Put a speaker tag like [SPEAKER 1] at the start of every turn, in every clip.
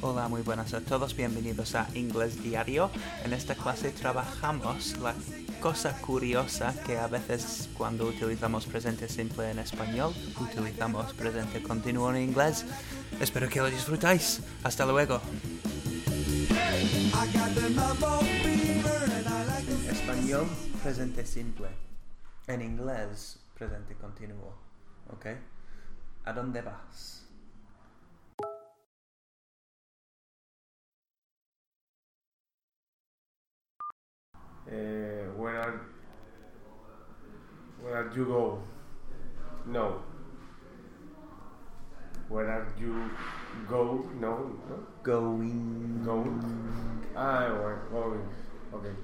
[SPEAKER 1] Hola, muy buenas a todos, bienvenidos a Inglés Diario. En esta clase trabajamos la cosa curiosa que a veces cuando utilizamos presente simple en español, utilizamos presente continuo en inglés. Espero que lo disfrutáis. Hasta luego. Español, presente simple. En inglés, presente continuo. ¿Ok? ¿A dónde vas?
[SPEAKER 2] Uh, where are where are you go? No. Where are you go? No, no.
[SPEAKER 1] Going.
[SPEAKER 2] Going. Ah, where going? Okay.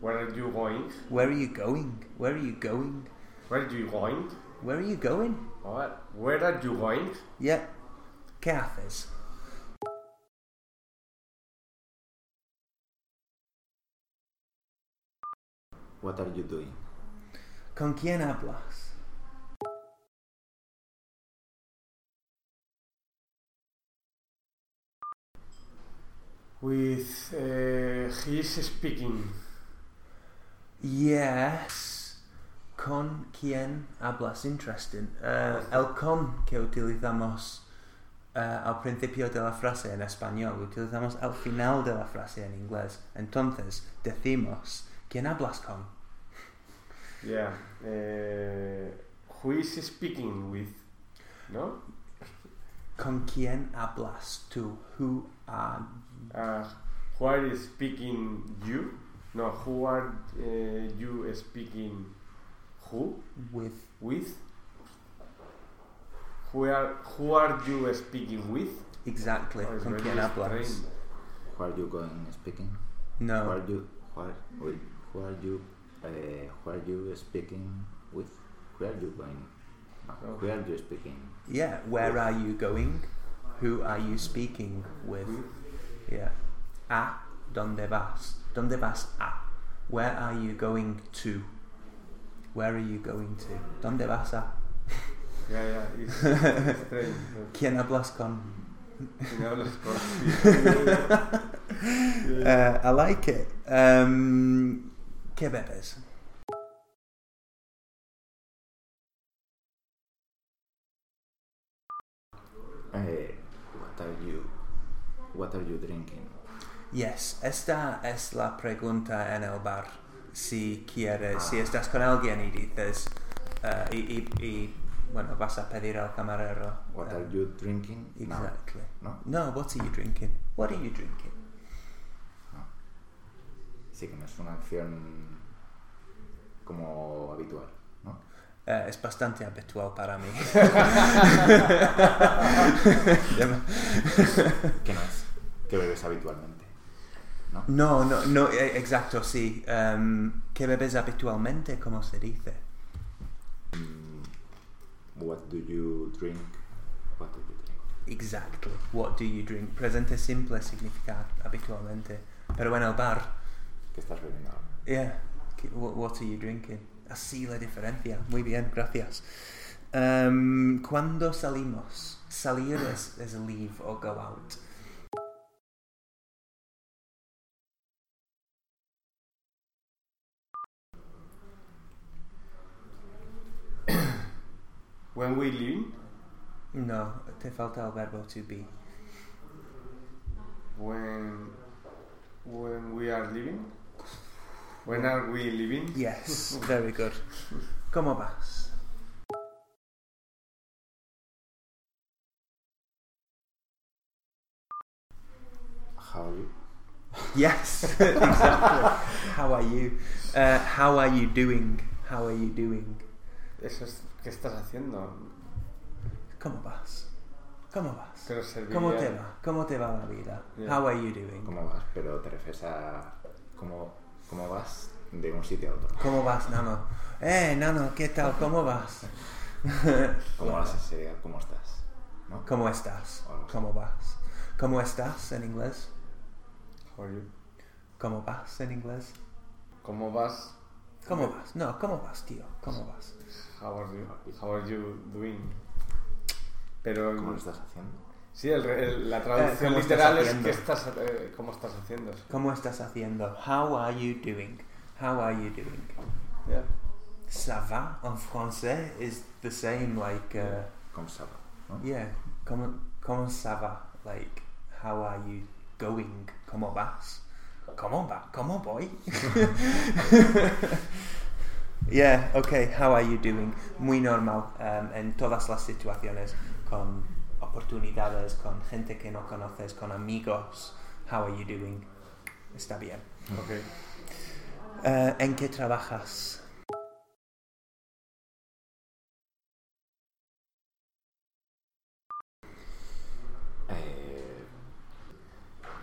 [SPEAKER 2] Where are you going?
[SPEAKER 1] Where are you going? Where are you going?
[SPEAKER 2] Where are you going?
[SPEAKER 1] Where are you going?
[SPEAKER 2] What? Where are you going?
[SPEAKER 1] Yeah. ¿Qué haces?
[SPEAKER 3] What are you doing?
[SPEAKER 1] ¿Con quién hablas?
[SPEAKER 2] With uh, he's speaking.
[SPEAKER 1] Yes. ¿Con quién hablas? Interesting. Eh, el con que utilizamos eh, al principio de la frase en español, lo utilizamos al final de la frase en inglés. Entonces, decimos, ¿quién hablas con?
[SPEAKER 2] Yeah. Uh, who is speaking with? No.
[SPEAKER 1] ¿Con quién hablas tú? Who are...
[SPEAKER 2] Uh, who are speaking you? No. Who are uh, you speaking? Who
[SPEAKER 1] with?
[SPEAKER 2] with? Who are who are you speaking with?
[SPEAKER 1] Exactly.
[SPEAKER 2] Oh, it's
[SPEAKER 1] ¿Con
[SPEAKER 2] very
[SPEAKER 1] quién hablas?
[SPEAKER 2] strange.
[SPEAKER 3] Who are you going speaking? Who
[SPEAKER 1] No.
[SPEAKER 3] are you? Who are, wait, who are you? Uh, who are you speaking with? Who are you going? No, Who are you speaking?
[SPEAKER 1] Yeah, where are you going? Who are you speaking with? Yeah. A donde vas? Donde vas a? Where are you going to? Where are you going to? Donde vas a?
[SPEAKER 2] Yeah, yeah. It's strange.
[SPEAKER 1] ¿Quién hablas con?
[SPEAKER 2] In all sports.
[SPEAKER 1] Uh, I like it. Um, ¿Qué bebes?
[SPEAKER 3] Uh, what are you? What are you drinking?
[SPEAKER 1] Yes, esta es la pregunta en el bar. Si quieres, si estás con alguien y dices, eh, y, y- y, bueno, vas a pedir al camarero.
[SPEAKER 3] What
[SPEAKER 1] eh,
[SPEAKER 3] are you drinking now?
[SPEAKER 1] Exactly.
[SPEAKER 3] No.
[SPEAKER 1] No, what are you drinking? What are you drinking?
[SPEAKER 3] Sí que no es una acción como habitual, ¿no?
[SPEAKER 1] Eh, es bastante habitual para mí.
[SPEAKER 3] Que no es que bebes habitualmente.
[SPEAKER 1] no, no, no, eh, exacto, sí. Em, ¿Qué bebes habitualmente? ¿Cómo se dice?
[SPEAKER 3] Mm, What do you drink? What do you drink?
[SPEAKER 1] Exactly. What do you drink? Presente simple significa habitualmente. Pero en el bar,
[SPEAKER 3] ¿Qué estás bebiendo ahora?
[SPEAKER 1] yeah. ¿qué- wh- What are you drinking? Así la diferencia. Muy bien, gracias. Em, ¿Cuándo salimos? Salir es, es leave or go out.
[SPEAKER 2] when we leaving?
[SPEAKER 1] No, te falta el verbo to be.
[SPEAKER 2] When when we are leaving? When are we leaving?
[SPEAKER 1] Yes, very good. ¿Cómo vas?
[SPEAKER 3] How are you?
[SPEAKER 1] Yes, exactly. how are you? Uh, how are you doing? How are you doing?
[SPEAKER 2] Eso es qué estás haciendo.
[SPEAKER 1] ¿Cómo vas? ¿Cómo vas?
[SPEAKER 2] Pero serviría.
[SPEAKER 1] ¿Cómo te va? ¿Cómo te va la vida?
[SPEAKER 2] Yeah.
[SPEAKER 1] How are you doing?
[SPEAKER 3] ¿Cómo vas? Pero te refieres a cómo, cómo vas de un sitio a otro.
[SPEAKER 1] ¿Cómo vas, Nano? Eh, Nano, ¿qué tal? ¿Cómo vas?
[SPEAKER 3] ¿Cómo vas sería cómo estás? ¿no?
[SPEAKER 1] ¿Cómo estás?
[SPEAKER 3] Hola.
[SPEAKER 1] ¿Cómo vas? ¿Cómo estás en inglés?
[SPEAKER 2] How are you?
[SPEAKER 1] ¿Cómo vas en inglés?
[SPEAKER 2] ¿Cómo vas?
[SPEAKER 1] ¿Cómo vas? No, ¿cómo vas, tío? ¿Cómo vas?
[SPEAKER 2] How are you? How are you doing? Pero
[SPEAKER 3] ¿Cómo lo estás haciendo?
[SPEAKER 2] Sí, el- el- la
[SPEAKER 1] Eh,
[SPEAKER 2] traducción
[SPEAKER 1] ¿cómo estás
[SPEAKER 2] literal es
[SPEAKER 1] haciendo?
[SPEAKER 2] que estás, eh, cómo estás haciendo.
[SPEAKER 1] ¿Cómo estás haciendo? How are you doing? How are you doing?
[SPEAKER 2] Yeah.
[SPEAKER 1] Ça va en français is the same like uh,
[SPEAKER 3] Como sabe.
[SPEAKER 1] yeah. Comment comment ça va? Like how are you going? Comment vas? Comment va? Comment boy? yeah. Okay. How are you doing? Muy normal um, en todas las situaciones con oportunidades, con gente que no conoces, con amigos. How are you doing? Está bien.
[SPEAKER 2] Ok.
[SPEAKER 1] Eh, ¿En qué trabajas?
[SPEAKER 3] Eh,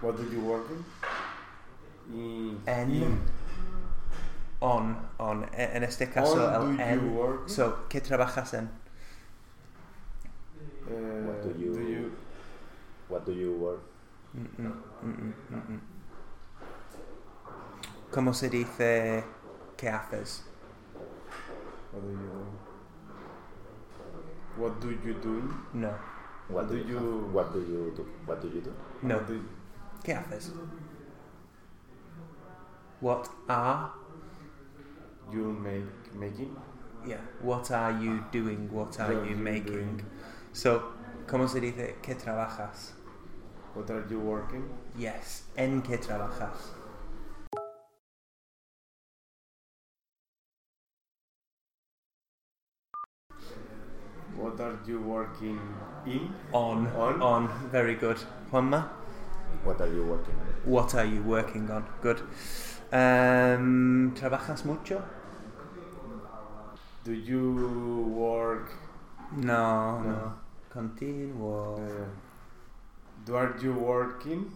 [SPEAKER 2] What do you work in? Y-
[SPEAKER 1] En-
[SPEAKER 2] in-
[SPEAKER 1] On, on. E- En este caso,
[SPEAKER 2] on
[SPEAKER 1] el
[SPEAKER 2] do
[SPEAKER 1] en.
[SPEAKER 2] you work? in?
[SPEAKER 1] So, ¿qué trabajas en?
[SPEAKER 2] Eh,
[SPEAKER 3] What do you- what do you work?
[SPEAKER 1] Mm, mm, mm, mm, mm. ¿Cómo se dice qué haces?
[SPEAKER 2] What do you work? What do you do?
[SPEAKER 1] No,
[SPEAKER 3] What do you What do you do? What do you do?
[SPEAKER 1] no.
[SPEAKER 2] What do you-
[SPEAKER 1] ¿Qué haces? What are,
[SPEAKER 2] you make making?
[SPEAKER 1] yeah, what are you doing? What are
[SPEAKER 2] What
[SPEAKER 1] you
[SPEAKER 2] do
[SPEAKER 1] making?
[SPEAKER 2] doing?
[SPEAKER 1] So, ¿cómo se dice qué trabajas?
[SPEAKER 2] What are you working?
[SPEAKER 1] Yes, ¿en qué trabajas?
[SPEAKER 2] What are you working in?
[SPEAKER 1] On,
[SPEAKER 2] On.
[SPEAKER 1] on. Very good. Juanma?
[SPEAKER 3] What are you working on?
[SPEAKER 1] What are you working on? Good. Um, ¿Trabajas mucho?
[SPEAKER 2] Do you work?
[SPEAKER 1] No,
[SPEAKER 2] No.
[SPEAKER 1] no. Continuo.
[SPEAKER 2] eh, do are you working?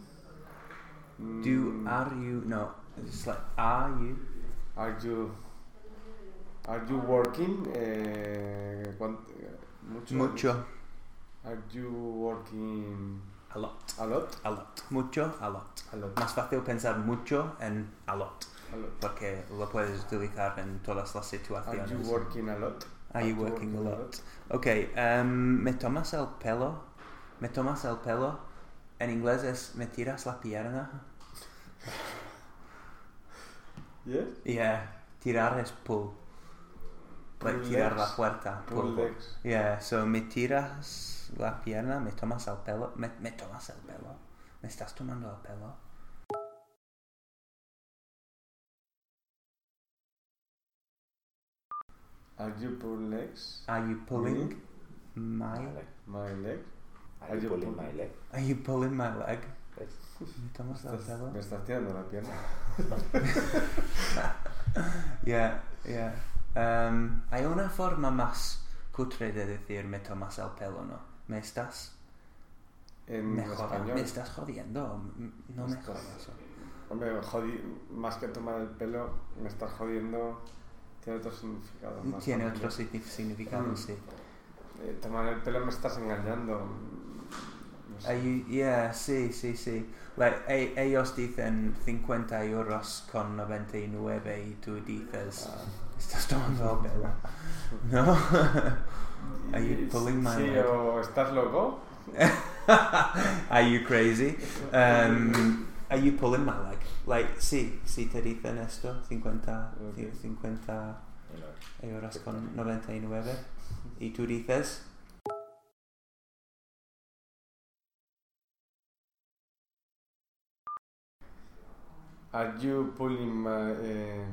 [SPEAKER 1] Do
[SPEAKER 2] Mm,
[SPEAKER 1] are you? No, it's like are you?
[SPEAKER 2] Are you Are you working? Eh, cuan- eh, mucho.
[SPEAKER 1] Mucho.
[SPEAKER 2] Are you working
[SPEAKER 1] A lot.
[SPEAKER 2] a lot?
[SPEAKER 1] A lot. Mucho. A lot.
[SPEAKER 2] A lot.
[SPEAKER 1] Más fácil pensar mucho en a lot
[SPEAKER 2] A lot.
[SPEAKER 1] porque lo puedes utilizar en todas las
[SPEAKER 2] Are
[SPEAKER 1] situaciones.
[SPEAKER 2] you working a lot?
[SPEAKER 1] Are you working a lot? Okay. Um, ¿Me tomas el pelo? ¿Me tomas el pelo? En inglés es ¿me tiras la pierna?
[SPEAKER 2] Yes.
[SPEAKER 1] Yeah, tirar es pull. Like
[SPEAKER 2] Pull
[SPEAKER 1] tirar la
[SPEAKER 2] legs.
[SPEAKER 1] puerta.
[SPEAKER 2] Pull
[SPEAKER 1] Pull.
[SPEAKER 2] legs.
[SPEAKER 1] Yeah, so me tiras la pierna, me tomas el pelo. Me, me tomas el pelo. Me estás tomando el pelo.
[SPEAKER 2] Are you pull legs?
[SPEAKER 1] Are you pulling
[SPEAKER 2] Mm-hmm.
[SPEAKER 1] my.
[SPEAKER 3] leg.
[SPEAKER 2] My leg.
[SPEAKER 3] Are you pulling my leg?
[SPEAKER 1] Are you pulling my leg?
[SPEAKER 3] Yes.
[SPEAKER 1] Me tomas el
[SPEAKER 2] Estás- me
[SPEAKER 1] pelo.
[SPEAKER 2] estás tirando la pierna.
[SPEAKER 1] Yeah, yeah. Um, hay una forma más cutre de decir me tomas el pelo, ¿no? Me estás.
[SPEAKER 2] En
[SPEAKER 1] Me, joda-
[SPEAKER 2] español.
[SPEAKER 1] me estás jodiendo. m- No me
[SPEAKER 2] Estás-
[SPEAKER 1] jodas.
[SPEAKER 2] Hombre, jodi- más que tomar el pelo, me estás jodiendo. Tiene otro significado. más
[SPEAKER 1] Tiene
[SPEAKER 2] amplio.
[SPEAKER 1] otro signifi- significado,
[SPEAKER 2] Mm.
[SPEAKER 1] sí.
[SPEAKER 2] Eh, tomar el pelo me estás engañando. No sé.
[SPEAKER 1] Are you, yeah, sí, sí, sí. Like, e- ellos dicen 50 euros con 99 y tú dices,
[SPEAKER 2] Ah.
[SPEAKER 1] estás tomando el pelo. ¿No? Are you pulling my
[SPEAKER 2] Sí,
[SPEAKER 1] leg?
[SPEAKER 2] o estás loco.
[SPEAKER 1] are you crazy? Um, are you pulling my leg? Like, sí, sí te dicen esto, 50, ci-
[SPEAKER 2] Ok.
[SPEAKER 1] 50
[SPEAKER 3] You know.
[SPEAKER 1] euros con 99 y tú dices,
[SPEAKER 2] Are you pulling my. eh,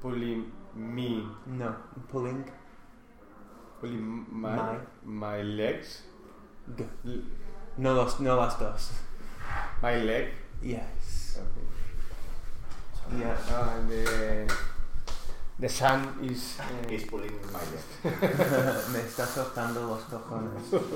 [SPEAKER 2] pulling me.
[SPEAKER 1] no, pulling
[SPEAKER 2] Pulling my.
[SPEAKER 1] My.
[SPEAKER 2] my legs.
[SPEAKER 1] G.
[SPEAKER 2] L-
[SPEAKER 1] No, los, no las dos.
[SPEAKER 2] My leg.
[SPEAKER 1] Yes.
[SPEAKER 2] Okay.
[SPEAKER 1] Yeah.
[SPEAKER 2] Ah, the, the sun is. eh,
[SPEAKER 3] He's pulling my leg.
[SPEAKER 1] Me está soltando los cojones.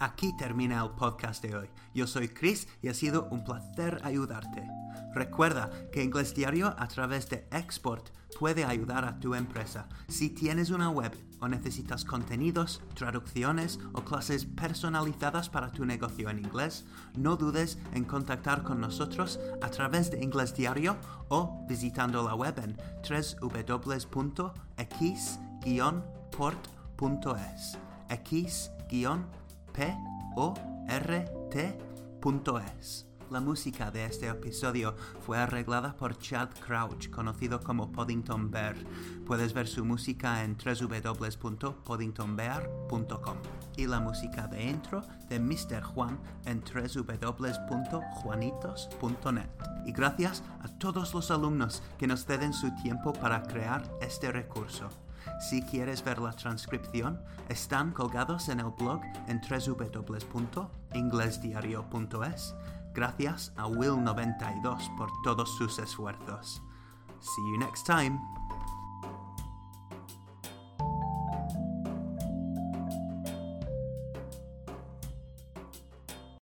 [SPEAKER 1] Aquí termina el podcast de hoy. Yo soy Chris y ha sido un placer ayudarte. Recuerda que Inglés Diario a través de Export puede ayudar a tu empresa. Si tienes una web o necesitas contenidos, traducciones o clases personalizadas para tu negocio en inglés, no dudes en contactar con nosotros a través de Inglés Diario o visitando la web en www.x-port.es. X-port
[SPEAKER 4] p-o-r-t.es. La música de este episodio fue arreglada por Chad Crouch, conocido como Poddington Bear. Puedes ver su música en www.poddingtonbear.com y la música de intro de Mr. Juan en www.juanitos.net. Y gracias a todos los alumnos que nos ceden su tiempo para crear este recurso. Si quieres ver la transcripción, están colgados en el blog en www.inglesdiario.es. Gracias a Will92 por todos sus esfuerzos. See you next time!